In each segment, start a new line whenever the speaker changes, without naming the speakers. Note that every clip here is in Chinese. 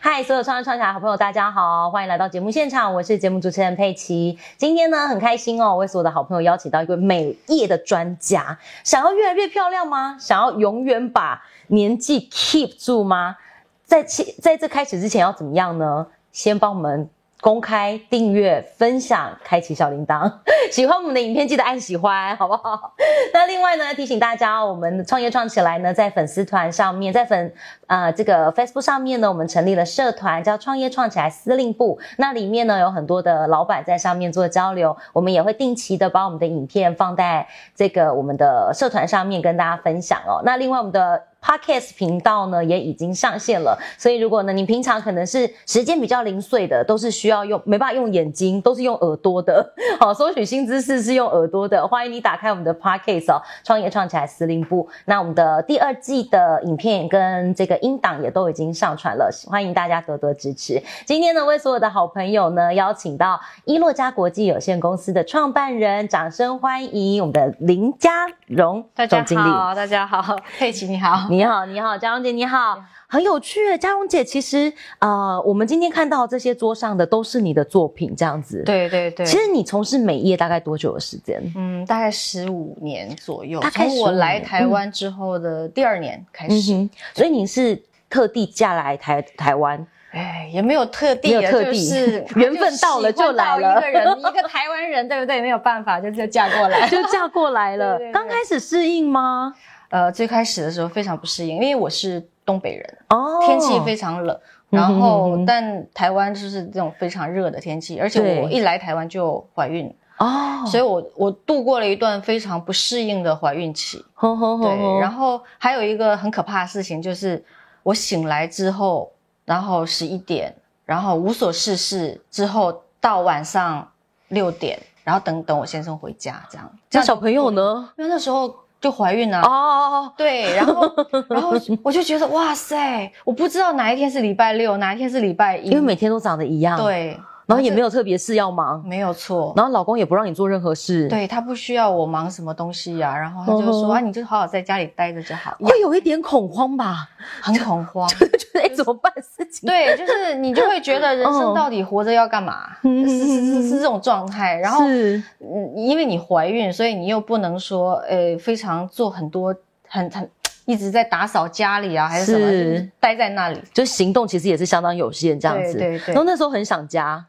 嗨，所有创业创侠好朋友，大家好，欢迎来到节目现场，我是节目主持人佩奇。今天呢，很开心哦，我为所有的好朋友邀请到一位美业的专家。想要越来越漂亮吗？想要永远把年纪 keep 住吗？在其在这开始之前要怎么样呢？先帮我们公开、订阅、分享、开启小铃铛。 喜欢我们的影片，记得按喜欢，好不好？那另外呢，提醒大家，我们创业创起来呢，在粉丝团上面，在粉呃这个 Facebook 上面呢，我们成立了社团，叫创业创起来司令部。那里面呢有很多的老板在上面做交流，我们也会定期的把我们的影片放在这个我们的社团上面跟大家分享哦。那另外我们的 Podcast 频道呢也已经上线了，所以如果呢你平常可能是时间比较零碎的，都是需要用没办法用眼睛，都是用耳朵的，好，搜取新知识是用耳朵的，欢迎你打开我们的 Podcast 哦，创业创起来司令部。那我们的第二季的影片跟这个音档也都已经上传了，欢迎大家多多支持。今天呢，为所有的好朋友呢邀请到伊洛嘉国际有限公司的创办人，掌声欢迎我们的林佳荣
大
总
家
经理。
好，大家好，佩奇你好，
你好，你好，嘉荣姐，你好，很有趣。嘉荣姐，其实呃，我们今天看到这些桌上的都是你的作品，这样子。，
对对对，
其实你从事美业大概多久的时间？
嗯，大概十五年左右
大，概
从我
15
来
年
台湾之后的第二年开
嗯
始，
哼，所以你是特地嫁来台台湾，
哎，也没有特地啊，
没有特地
就 是
缘分到了就来了
喜欢到一个人，一个台湾人，对不对？没有办法，就就嫁 过 来。
就嫁过来了。
对对对
刚开始适应吗？
呃，最开始的时候非常不适应，因为我是东北人，
哦，
天气非常冷，
嗯
然
哼
后、
嗯哼
但台湾就是这种非常热的天气，而且我
对
一来台湾就怀孕，
哦，
所
以
以我我度过了一段非常不适应的怀孕期。
吼吼吼
对，
吼，
然后还有一个很可怕的事情就是，我醒来之后，然后十一点，然后无所事事之后到晚上六点，然后等等我先生回家，这样。这
那
样
小朋友呢？
因为那时候就怀孕了、
哦哦，
对，然后然后我就觉得哇塞，我不知道哪一天是礼拜六，哪一天是礼拜一，
因为每天都长得一样，，
嗯对
然后也没有特别事要忙，
没有错，
然后老公也不让你做任何事，，
对他不需要我忙什么东西呀、然后他就
嗯
说
哼
啊，你就好好在家里待着就好，
会有一点恐慌吧？
很恐慌。
就觉得哎，怎么办事情？
对，就是你就会觉得人生到底活着要干嘛？
嗯
是是是是这种状态。然后，
是
嗯，因为你怀孕，所以你又不能说，呃，非常做很多很很一直在打扫家里啊，还是什么，
是
就是待在那里
就行动其实也是相当有限这样子。
对对对
然后那时候很想家，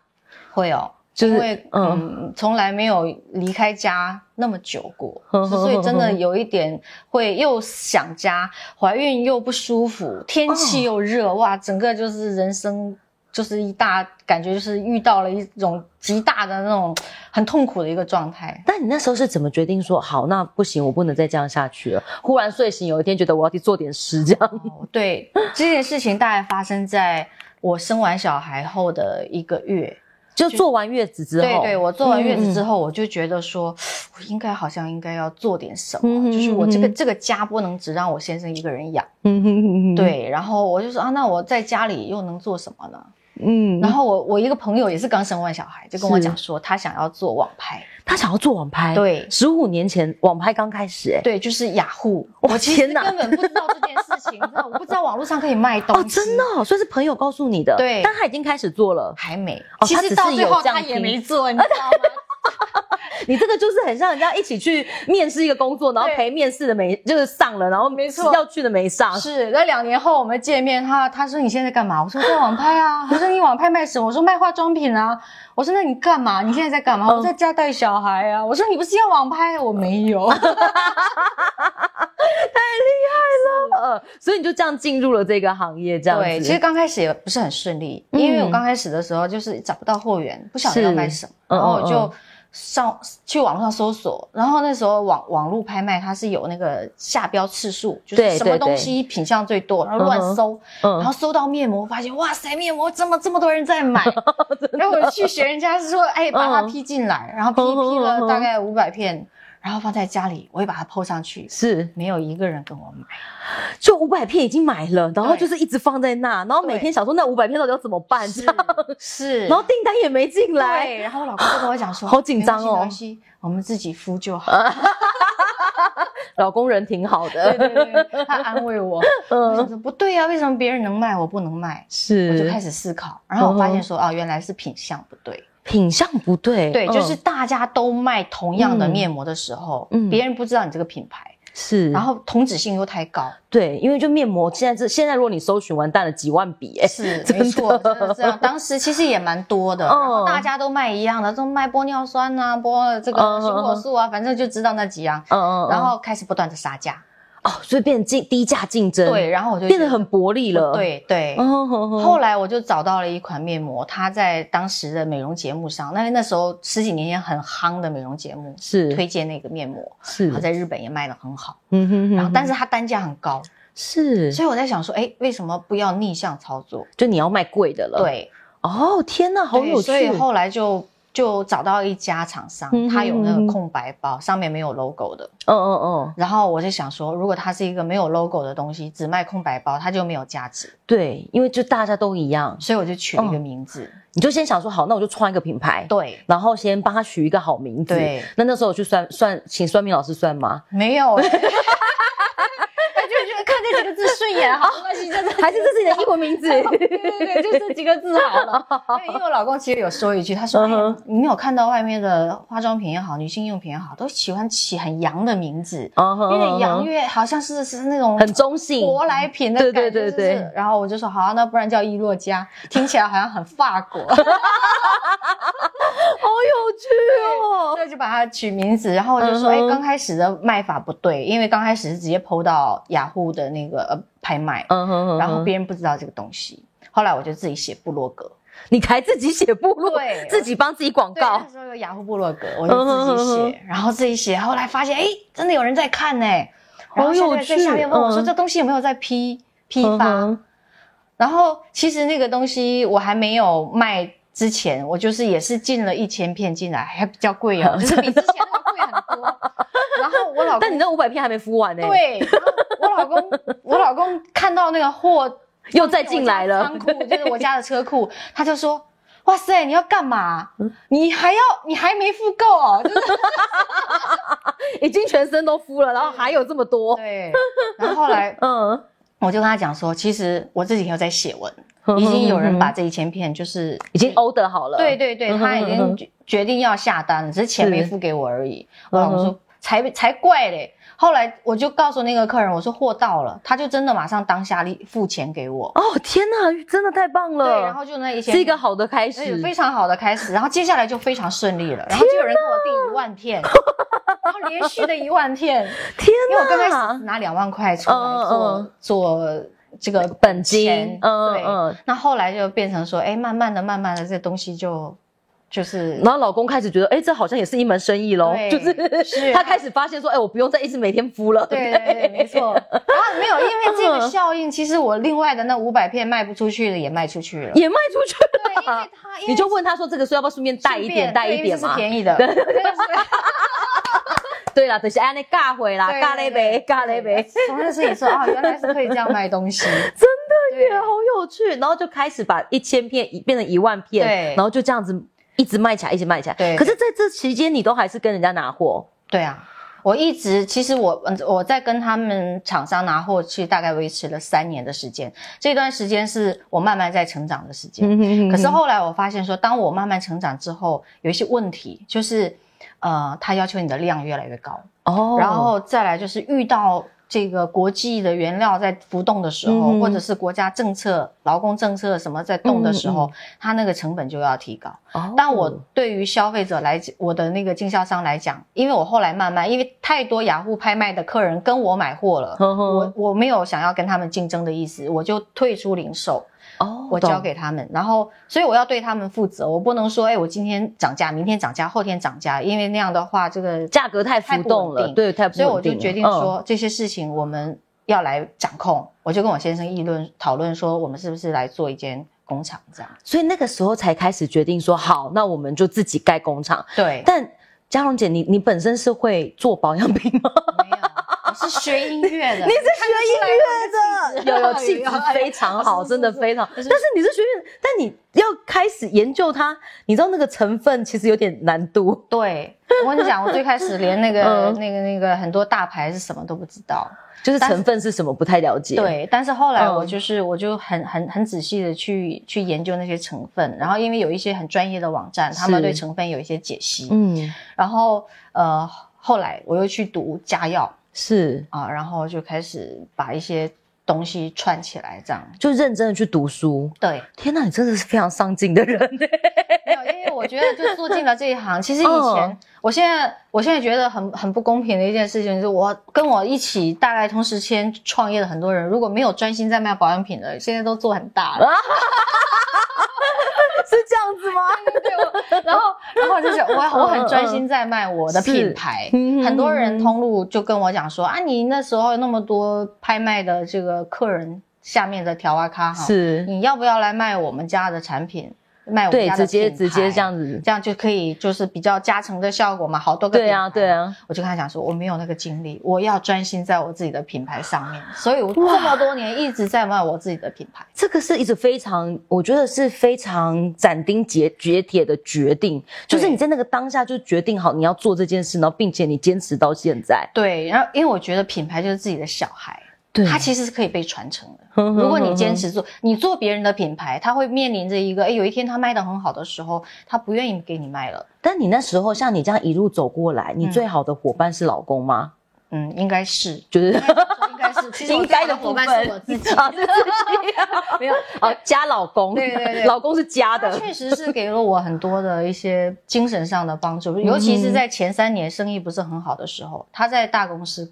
会哦。
就是
因为
嗯
嗯，从来没有离开家那么久过，
呵呵
所以真
呵
的
呵
有一点会又想家，怀孕又不舒服，天气又热，哇，
哦
整个就是人生就是一大感觉就是遇到了一种极大的那种很痛苦的一个 状态。
但你那时候是怎么决定说好，那不行，我不能再这样下去了？忽然睡醒，有一天觉得我要去做点事，这样。
哦对，这件事情大概发生在我生完小孩后的一个月。
就坐完月子之后，嗯
对对，我坐完月子之
后，
后，我就觉得说，我应该好像应该要做点什么，
嗯嗯
就是我这
嗯
个
嗯
这个家不能只让我先生一个人养。
嗯哼哼哼，
对，然后我就说啊，那我在家里又能做什么呢？
嗯，然
然
后
后我我一个朋友也是刚生完小孩，就跟我
是
讲说，他想要做网拍。
他想要做网拍，
对
十五年前网拍刚开始、哎，
对，就是雅虎。
哇
我其
天
实
哪
根本不知道这件事情，你知道我不知道网络上可以卖东
哦，
西。
真的、哦，所以是朋友告诉你的，
对
但他已经开始做了，
还没
哦。
其
他只
实到
是
最
有
后
这样
他也
听
没做，你知道吗？
你这个就是很像人家一起去面试一个工作，然后
对
陪面试的没就是上了，然后
没错
要去的没上，
是，那两年后我们见面，他他说你现在干嘛？我说在网拍啊。他说你网拍卖什么？我说卖化妆品啊。我说那你干嘛？你现在在干嘛？
嗯
我在家带小孩啊。我说你不是要网拍？我没有。
呃，所以你就这样进入了这个行业， 这样子。
对，其实刚开始也不是很顺利，
嗯
因为我刚开始的时候就是找不到货源，不晓得
是
要卖什么，
嗯
然后
嗯
我就上去网络上搜索，然后那时候网网络拍卖它是有那个下标次数，就
对
是什么
对
东西品相最多，然后乱
嗯哼
搜，然
嗯
后，搜到面膜，发现哇塞，面膜这么这么多人 在买，然后我去学人家说，哎，把它
嗯
批进来，然后批
嗯哼嗯
批
哼
了大概五百片，然后放在家里，我也把它抛上去，
是，
没有一个人跟我买。
就五百片已经买了，然后
对
就是一直放在那，然后每
对
天想说那五百片到底要怎么办，这 样
是，
然后订单也没进来，
对，然后我老公就跟我讲说，
好紧张哦
没关系，没关系我们自己敷就好。
老公人挺好
对
的，
对对，他安 慰我，我想
嗯，
说不对呀、为什么别人能卖我不能卖？我就是开始思考，然后我
嗯
发现说啊，原来是品相不对。
品相不对，
对，
嗯
就是大家都卖同样的
嗯
面膜的时候，
嗯
别人不知道你这个品牌，
是，
然后同质性又太高，
对，因为就面膜现在这现在如果你搜寻完蛋了几万笔、欸，
是
真的
没错，真的是这样。当时其实也蛮多的，
嗯
然后大家都卖一样的，都卖玻尿酸啊，玻这个
嗯嗯嗯
熊果素啊，反正就知道那几样，
嗯嗯，嗯
然后开始不断的杀价，
哦，所以变成竞低价竞争，
对，，然后我就
变得很薄利了，，
对对。
哦，哼哼
后来我就找到了一款面膜，它在当时的美容节目上，那那时候十几年前很夯的美容节目，
是
推荐那个面膜，
是
然后，在日本也卖得很好，
嗯哼
然后但
是
是它单价很高，
是，
所以我在想说，哎，为什么不要逆向操作？
就你要卖贵的了，，
对，
哦，天哪，好
对
有趣，
所以后来就就找到一家厂商
嗯哼，
它有那
嗯哼
个空白包，上面没有 logo 的。
嗯嗯嗯，
然后我就想说，如果它是一个没有 logo 的东西，只卖空白包，它就没有价值。
对，因为就大家都一样，
所以我就取了
哦
一个名字，
你就先想说好，那我就创一个品牌，
对，
然后先帮他取一个好名字，
对
那那时候我去算算，请算命老师算吗？
没有、欸。就觉得看这几个字顺眼，好，没关 系，真的。
还是这是你的英文名字？
对对对，就这几个字好 了。因为我老公其实有说一句，他说：“
嗯
哎
哼
呀你没有看到外面的化妆品也好，女性用品也好，都喜欢起很洋的名字，
哦哼
因为洋
哼
越好像是是那种
很中性，
舶来品的
对
感
对
觉，
对
就是
对
然后我就说好啊、那不然叫伊洛佳，听起来好像很法国，
好有趣哦。
所以就把它取名字。然后我就说，
嗯
哎、
哼
刚开始的卖法不对，因为刚开始是直接 PO 到雅虎的那个呃拍卖，
嗯哼哼
然后
哼
别人不知道这个东西。后来我就自己写部落格，
你还自己写部落
对，
自己帮自己广
对，那
告，
时候有雅虎部落格，我就自己
嗯
写，然后自己写，后来发现哎，真的有人在看呢、然后
好有
下面在下
趣
面问我说
嗯
这东西有没有在批批发？
嗯哼
然后其实那个东西我还没有卖之前，我就是也是进了一千片进来，还比较贵哦，就是比之前那个贵很多。然后我老
但你
公
那五百片还没敷完呢，，
对，然后我老公我老公看到那个货
又再进来了，
仓库就是我家的车库，他就说。哇塞！你要干嘛？
嗯
你还要你还没付够哦，就是
已经全身都敷了，然后还有这么多，
对。然后后来
嗯，
哦 我就跟他讲说，其实我自己有在写文，
嗯哼
已经有人把
哼
这一千片就是
已经 order 好了，
对，对对，
嗯哼
他已
嗯哼
经决决定要下单了，只是钱
是
没付给我而已。
嗯
然
哼
后我说才才怪嘞！后来我就告诉那个客人，我说货到了，他就真的马上当下立付钱给我。
哦天哪，真的太棒了，
对，然后就那一些
嗯是一个好的开
对
始，
非常好的开始，然后接下来就非常顺利了，然后就有人给我订一万 片，然后连续的一万片，
天
因为我刚开始
哪，
拿两万块出来
啊嗯
做、
嗯
做这个
本金
钱，
嗯
对，
嗯，
那后来就变成说，哎，慢慢的、慢慢的，这东西就就是
然后老公开始觉得，哎，这好像也是一门生意喽，
对
哦就是
是
他开始发现说，哎，我不用再一直每天敷了，
对对对，没错。然后没有，因为这
嗯
个效应，其实我另外的那五百片卖不出去的也卖出去了。
也卖出去
对，因
了
为。它因 为
你就问他说这个书要不要顺便带一
顺
点，
便
带
对
一
因
点
为这
嘛
是。便 宜的。
对啦，等下安尼尬回啦，尬嘞呗，尬嘞呗，
对。从认识你说啊，原来是可以这样卖 东西，真的
对，好有趣。然后就开始把一千片一变成一万片，
对
然后就这样子一直卖起来，一直卖起来。
对
可是在这期间，你都还是跟人家拿货，
对啊，我一直其实我嗯我在跟他们厂商拿货，其实大概维持了三年的时间。这段时间是我慢慢在成长的时间。
嗯
可是后来我发现说，当我慢慢成长之后，有一些问题，就是呃，他要求你的量越来越高，
哦，
然后再来就是遇到。这个国际的原料在浮动的时候，
嗯
或者是国家政策、劳工政策什么在动的时候，
嗯
它那个成本就要提高。
哦，
但我对于消费者来讲，我的那个经销商来讲，因为我后来慢慢，因为太多雅虎拍卖的客人跟我买货了，
呵呵
我我没有想要跟他们竞争的意思，我就退出零售，
哦，
我
懂
交给他们，然后所以我要对他们负责，我不能说哎，我今天涨价，明天涨价，后天涨价，因为那样的话，这个，
价格太
太
浮
不
动
稳
了，
定
对，太不
所以我
稳定
就
了嗯
决定，说、这些事情我们要来掌控，我就跟我先生议论讨论说，我们是不是来做一间工厂这样？
嗯所以那个时候才开始决定说，好，那我们就自己盖工厂。
对，
但嘉荣姐，你你本身是会做保养品吗？
没有，我是学音乐 的，
你是学音乐 的，有有气质非常好，
哎
真的非常。
是
但
是
是你是学乐，但你要开始研究它，你知道那个成分其实有点难 度。
对，我跟你讲，我最开始连那个、
嗯
那个、那个很多大牌是什么都不知道。
就是成分是什么不太了解，，
对，但是后来
嗯
我就是、我就很很很仔细的去去研究那些成分，然后因为有一些很专业的网站，他们
是
对成分有一些解析。
嗯，
然后呃，后来我又去读家药
是，
啊，然后就开始把一些东西串起来，这样。
就认真的去读书。
对，
天哪，你真的是非常上进的人 呢。
没有，因为我觉得 就做进了这一行，其实以前，
嗯
我现在我现在觉得很很不公平的一件事情，就是我跟我一起大概同时间创业的很多人，如果没有专心在卖保养品的，现在都做很大了。
是这样子吗？ 嗯
对，我然后然后就是我我很专心在卖我的品牌
是嗯，
很多人通路就跟我讲说啊，你那时候有那么多拍卖的这个客人下面的条啊咖哈，
是，
你要不要来卖我们家的产品？卖我们
对，
家的
直接
品牌
直接这样子。
这样就可以就是比较加成的效果嘛，好多个
对啊，
品牌
对。啊，
我就跟他讲说，我没有那个精力，我要专心在我自己的品牌上面，所以我这么多年一直在卖我自己的品牌。
这个是一直非常，我觉得是非常斩钉截截铁的决定，就是
对
你在那个当下就决定好你要做这件事，然后并且你坚持到现在。
对，然后因为我觉得品牌就是自己的小孩，
对嗯
它其实是可以被传承的。
哼哼
如果你坚
哼
持做，你做别人的品牌，他会面临着一个，哎，有一天他卖的很好的时候，他不愿意给你卖了。
哼， 但你那时候像你这样一路走过来，你
嗯
最好的伙伴是老公吗？
嗯，应 该是，
就是
应该是，其实我
应该的
伙
部
伴
分。
是我自己
啊，是自己
没有，
啊，加老公，
对对 对
老公是加
他
的，
确实是给了我很多的一些精神上的帮助，尤其
嗯
是在前三年生意不是很好的时候，他在大公司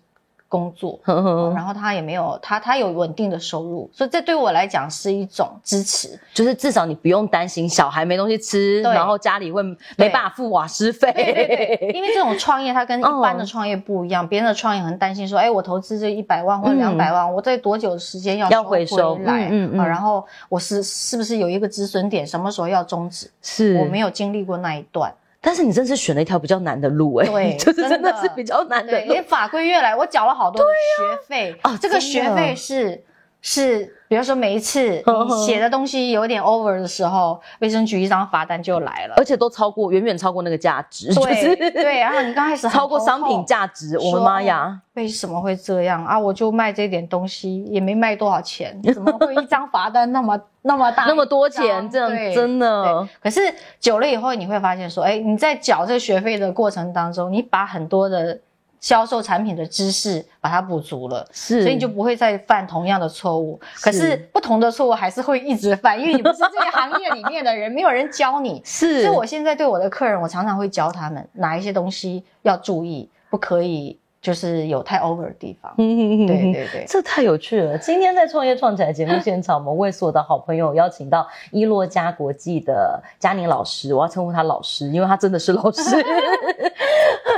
工作，
哼哼，
然后他也没有他他有稳定的收入，所以这对我来讲是一种支持。
就是至少你不用担心小孩没东西吃，
对
然后家里会没办法付瓦斯费，
对对对，因为这种创业它跟一般的
哦
创业不一样，别人的创业很担心说，哎，我投资这一百万或
嗯
两百万，我在多久的时间要
要
回
回收
来？
嗯嗯嗯
啊然后我是是不是有一个止损点，什么时候要终止？
是
我没有经历过那一段。
但是你真是选了一条比较难的路哎、
对
就是真
真
的
的
是比较难的
对，
路
因。为法规越来，我缴了好多的学费。
哦
这个
真的嗯
学费是是，比如说每 一次你写的东西有点 over 的时候，卫生局一张罚单就来了。
而且都超过，远远超过那个价值，哦就
对
是
对，然后你刚开始很
超过
头
商
痛
品，价值，我的
说
妈呀！
为什么会这样啊？我就卖这点东西，也没卖多少钱，怎么会一张罚单那么那么 大？
那么多钱，这
对
样真的
对，可是久了以后，你会发现说，哎，你在缴这个学费的过程当中，你把很多的销售产品的知识把它补足了，
是，
所以你就不会再犯同样的错误。可是
是
不同的错误还是会一直犯，因为你不是这个行业里面 的人，没有人教你。所
是，
以我现在对我的客人，我常常会教他们哪一些东西要注意，不可以就是有太 over 的地方。
嗯
对对对。
这太有趣了！今天在创业创起来节目现场，我们为所有的好朋友邀请到伊洛家国际的佳宁老师，我要称呼他老师，因为他真的是老 师。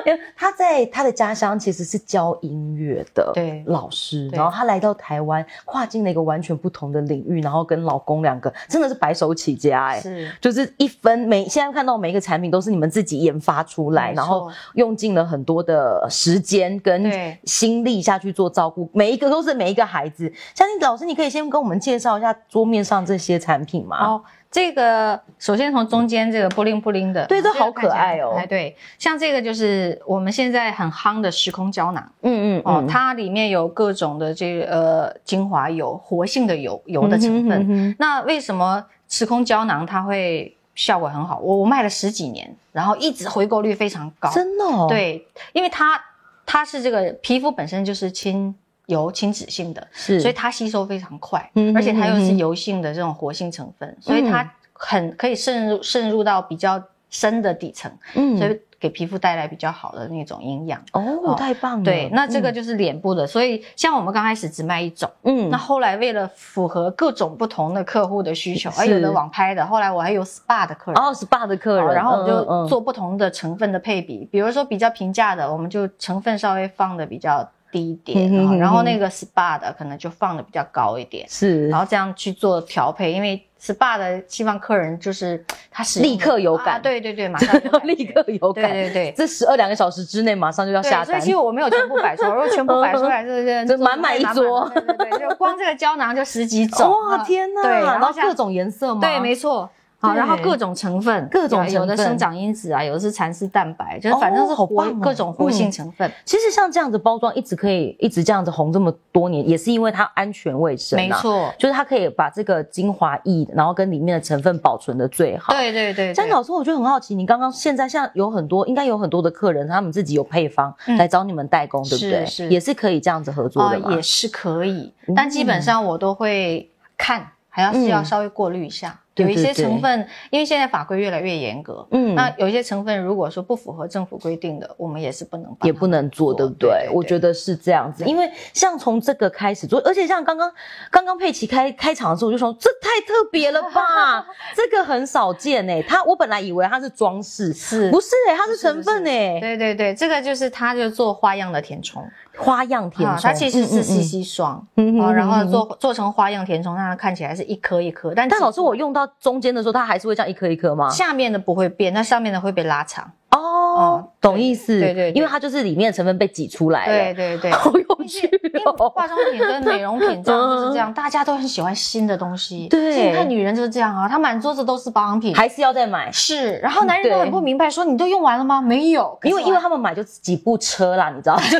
因为他在他的家乡其实是教音乐的
对
老师，
对
然后他来到台湾，跨进了一个完全不同的领域，然后跟老公两个真的是白手起家哎、
是，
就是一分每现在看到每一个产品都是你们自己研发出来，
没错
然后用尽了很多的时间跟
对
心力下去做照顾，每一个都是每一个孩子。相信老师，你可以先跟我们介绍一下桌面上这些产品吗？
哦，这个首先从中间这个布灵布灵的，
对
这
这
个
好
看起来
可爱哦
哎，对，像这个就是我们现在很夯的时空胶囊
嗯嗯
哦，它里面有各种的这个呃精华油、活性的油油的
嗯
成分。
分
那为什么时空胶囊它会效果很好？我我卖了十几年，然后一直回购率非常高。
真的哦，，
对，因为它它是这个皮肤本身就是亲油亲脂性的，
是，
所以它吸收非常快
嗯，
而且它又
嗯嗯
是
嗯
油性的这种活性成分，所以它很可以渗入渗入到比较深的底层，
嗯
所以给皮肤带来比较好的那种营养。
哦，太棒了。
对，那这个就是脸部的，所以像我们刚开始只卖一种，
嗯
那后来为了符合各种不同的客户的需求，
是
哎，有的网拍的，后来我还有 SPA 的客人。
哦 SPA 的客人，
然后我们
嗯
就
嗯
做不同的成分的配比，比如说比较平价的，我们就成分稍微放的比较低一点，
嗯哼
啊然
嗯
后
哼
那个 SPA 的可能就放的比较高一点，
是
然后这样去做调配，因为 SPA 的西方客人就是他使用
立刻有感
啊对对对，马上有
要
感
立刻有
对
感，
对对。
这十二两个小时之内马上就要
对
下
所以
单
其。实我没有全部摆出来，如果全部摆出来，这个
这满满一桌
对对对，就光这个胶囊就十几种，
哇
啊
天哪！
对，
然后
像
各种颜色吗？
对，没错。好，
对
然后各种成分，
各种
有有的
成分
生长因子啊，有的是蚕丝蛋白，就是
哦
反正是
好
活
棒哦
各种活性
嗯
成分，
其实像这样子包装一直可以一直这样子红这么多年，也是因为它安全卫生、啊。
没，错，
就是它可以把这个精华液，然后跟里面的成分保存的最好。。
对对对，呃
江
对
老师，我就很好奇，你刚刚现在像有很多，应该有很多的客人，他们自己有配方、
嗯
来找你们代工，对不
是
对？
是
也是可以这样子合作
哦
的嘛。
也是可以
嗯，
但基本上我都会看，还要是要
嗯
稍微过滤一下，
对
有一些
对对
成分，因为现在法规越来越严格，
嗯
那有一些成分如果说不符合政府规定的，我们也是不能把
也
它
不能做，对不对？我觉得是这样子，因为像从这个开始做，而且像刚刚刚刚佩奇开开场的时候，我就说这太特别了 吧，这个很少见哎、他我本来以为它是装饰，
是
不是哎、它是
是不
成分哎、
对对对，这个就是它就做花样的填充，
花样填充，
啊它其实
嗯
是
嗯嗯
CC 霜，
嗯
哦，
嗯
然后
嗯
做做成花样填充，让它看起来是一颗一颗，但
但
其
老师，我用到啊中间的时候，它还是会这样一颗一颗吗？
下面的不会变，那上面的会被拉长。
哦
哦，
懂意思，
对对对
因为它就是里面的成分被挤出来了，
对对 对。
好有趣
因为
哦。
化妆品跟美容品这样就是这样，大家都很喜欢新的东西。
嗯对
所以你看女人就是这样啊，她满桌子都是保养品，
还是要再买，
是，然后男人都
对
很不明白，说你都用完了吗？没有，可是
因为因为他们买就几部车啦，你知道，就是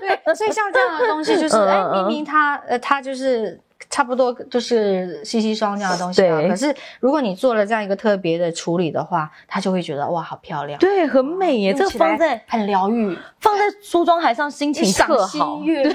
对，所以像这样的东西，就是
嗯
哎
嗯，嗯
明明它呃，它就是差不多就是吸吸霜这样的东西啊。
对
可是如果你做了这样一个特别的处理的话，他就会觉得哇，好漂亮。
对，很美耶。
用
这个
起来
放在
很疗愈，
放在梳妆台上心情
赏
特好
心。悦目。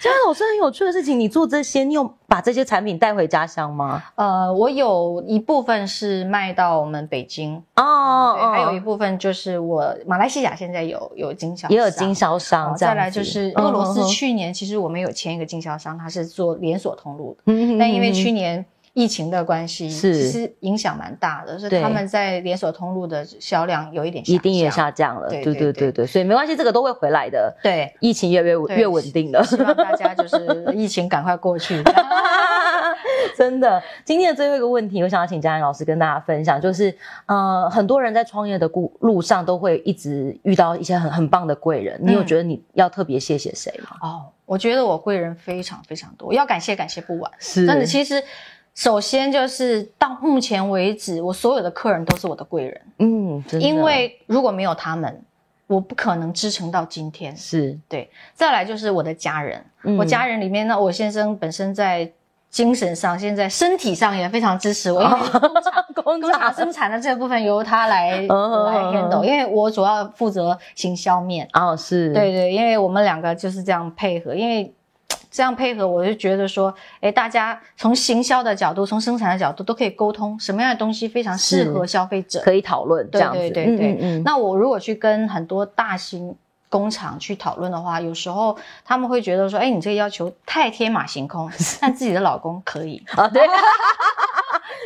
嘉老师很有趣的事情，你做这些，你有把这些产品带回家乡吗？
呃，我有一部分是卖到我们北京，
哦，
嗯对，
哦
还有一部分就是我马来西亚现在有有经销商，
也有经销商
哦
这样子。
再来就是俄罗斯
嗯，
去年其实我们有签一个经销商，他是做连锁通路的，
嗯
但因为去
嗯
年疫情的关系，
是
其实影响蛮大的，所以
对
他们在连锁通路的销量有一点
一定也
下
下降了，
对
对对
对
对对，所以没关系，这个都会回来的。
对。
疫情越来越
对
越稳定了。
希望大家就是疫情赶快过去。
真的，今天的最后一个问题，我想要请嘉玲老师跟大家分享，就是，呃，很多人在创业的故路上都会一直遇到一些很很棒的贵人，你有
嗯
觉得你要特别谢谢谁吗？
哦，我觉得我贵人非常非常多，要感谢感谢不完。
是
真的，其实首先就是到目前为止，我所有的客人都是我的贵人，
嗯，真的
因为如果没有他们，我不可能支撑到今天。
是，
对，再来就是我的家人，
嗯
我家人里面呢，我先生本身在精神上，现在身体上也非常 支持我，因为工厂
工
工厂生产的这部分由他 来
嗯嗯
来
嗯
handle，因为我主要负责行销面。
哦，是
对对，因为我们两个就是这样配合，因为。这样配合，我就觉得说，哎，大家从行销的角度，从生产的角度都可以沟通，什么样的东西非常适
是
合消费者。
可以讨论这
对
样子，
对对
嗯
对，
嗯嗯
那我如果去跟很多大型工厂去讨论的话，有时候他们会觉得说，哎，你这个要求太天马 行空，但自己的老公可以，
啊， 对，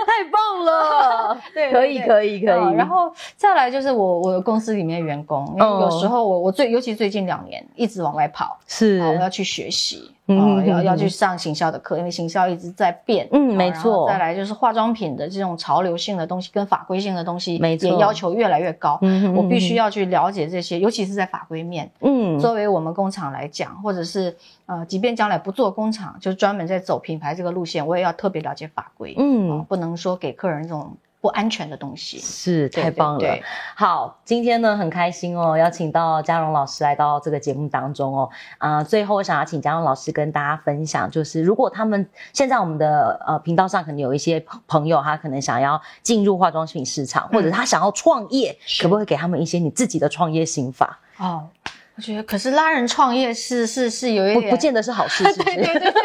太棒了，
对哦
可以可以可以，
然后再来就是我我公司里面的员工，因为
哦
有时候我我最尤其最近两年一直往外跑，
是
啊，我要去学习，
嗯
哦，要
嗯
要
嗯
去上行销的课，因为行销一直在变。
嗯
哦
没
然后
错
再来就是化妆品的这种潮流性的东西跟法规性的东西，
没错
也要求越来越高。
嗯哼
我必
嗯
须要去了解这些，尤其是在法规面。
嗯
作为我们工厂来讲，或者是呃，即便将来不做工厂，就专门在走品牌这个路线，我也要特别了解法规。哦
嗯，
不能说给客人这种不安全的东西。
是
对
太
对
棒了
对。
好，今天呢很开心哦，邀请到嘉荣老师来到这个节目当中哦。啊、最后我想要请嘉荣老师跟大家分享，就是如果他们现在我们的呃频道上可能有一些朋友，他可能想要进入化妆品市场，或
嗯
者他想要创业，
是
可不可以给他们一些你自己的创业心法？
哦，我觉得，可是拉人创业是是是有一
不
点
不见得是好 事，是不是？
对对对对，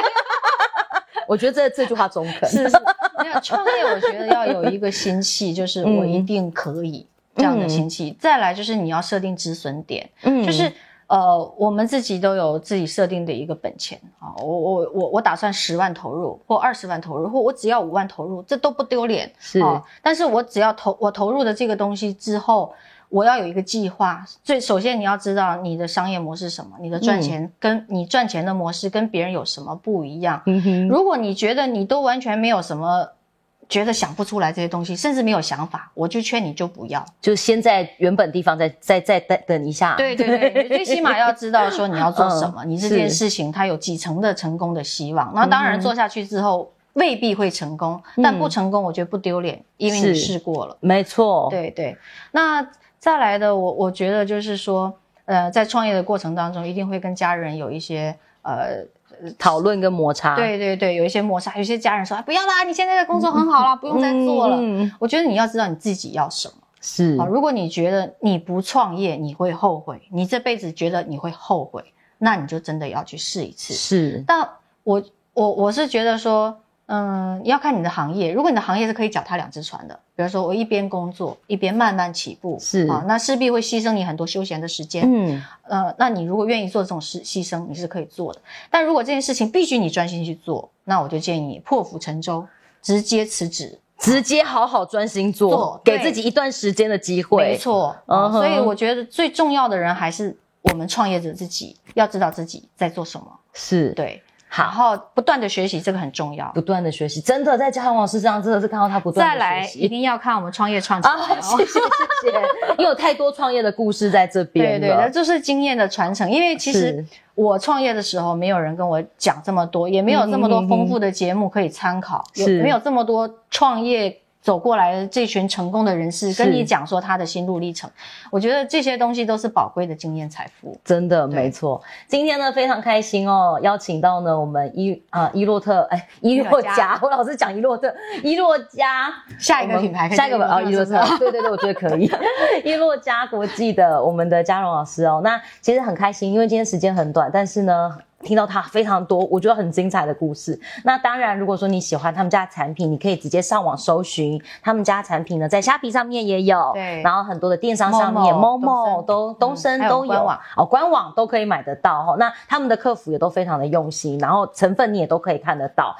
我觉得这这句话中肯。
是是，没有创业，我觉得要有一个心气，就是
嗯
我一定可以、这样的心气。再来就是你要设定止损点，
嗯
就是。呃，我们自己都有自己设定的一个本钱啊，我我我我打算十万投入，或二十万投入，或我只要五万投入，这都不丢脸。
是
啊但是我只要投我投入的这个东西之后，我要有一个计划。最首先你要知道你的商业模式是什么，你的
嗯
赚钱跟你赚钱的模式跟别人有什么不一样。
嗯哼，
如果你觉得你都完全没有什么，觉得想不出来这些东西，甚至没有想法，我就劝你就不要。
就先在原本地方再再再再等一下。
对对对，你最起码要知道说你要做什么，
嗯
你这件事情它有几成的成功的希望。那
嗯
当然做下去之后未必会成功，但不成功我觉得不丢脸，因为你
是
试过 了。
没错。，
对对，那再来的我我觉得就是说，呃，在创业的过程当中，一定会跟家人有一些呃。
讨论跟摩擦。
对对对，有一些摩擦，有些家人说、啊、不要啦，你现在的工作很好啦，不
啊嗯，
用再做了。
嗯
我觉得你要知道你自己要什么。
是
好，如果你觉得你不创业你会后悔，你这辈子觉得你会后悔，那你就真的要去试一次。
是，
但我我我是觉得说，嗯，要看你的行业。如果你的行业是可以脚踏两只船的，比如说我一边工作一边慢慢起步，
是
啊，那势必会牺牲你很多休闲的时间。
嗯，
呃，那你如果愿意做这种事牺牲，你是可以做的。但如果这件事情必须你专心去做，那我就建议你破釜沉舟，直接辞职。
直接好好专心做
做，
给
对
自己一段时间的机会。
没，错、
嗯
嗯，
哼
所以我觉得最重要的人还是我们创业者自己，要知道自己在做什么，
是
对，然
好。
后不断的学习，这个很重要。
不断的学习，真的在嘉宏老师身上真的是看到他不断
再
的
来，
学
一
习。
定要看我们创业创起来、
啊，
哦
谢。谢谢谢，因为有太多创业的故事在这
对
边
对，那
了。
就是经验的传承。因为其实
是
我创业的时候，没有人跟我讲这么多，也没有这么多丰富的节目可以参考，
嗯
有
是
没有这么多创业走过来的这群成功的人士跟
是
你讲说他的心路历程。我觉得这些东西都是宝贵的经验财富。
真的
对
没错，今天呢非常开心哦，邀请到呢我们伊啊伊洛特哎伊洛
洛嘉
嘉，我老是讲伊洛特伊洛嘉
下一
我
个
们
品牌可以
下一个
跟
吧，哦，
你
伊洛
们
特， 对对对，我觉得可以。伊洛嘉国际的我们的嘉荣老师哦，那其实很开心，因为今天时间很短，但是呢。听到他非常多，我觉得很精彩的故事。那当然，如果说你喜欢他们家的产品，你可以直接上网搜寻他们家的产品呢，在虾皮上面也有，
对
然后很多的电商上面
Momo，
，Momo 都
东
东
森
升
还有
都有，
官网
哦，官网都可以买得到哈、哦。那他们的客服也都非常的用心，然后成分你也都可以看得到。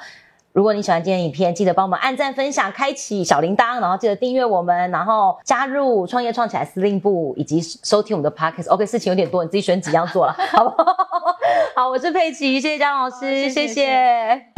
如果你喜欢今天的影片，记得帮我们按赞、分享、开启小铃铛，然后记得订阅我们，然后加入创业创起来司令部，以及收听我们的 podcast。OK，事情有点 多，你自己选几样做了，好不好？好，我是佩奇，谢谢张老师，
好谢
谢
谢谢
谢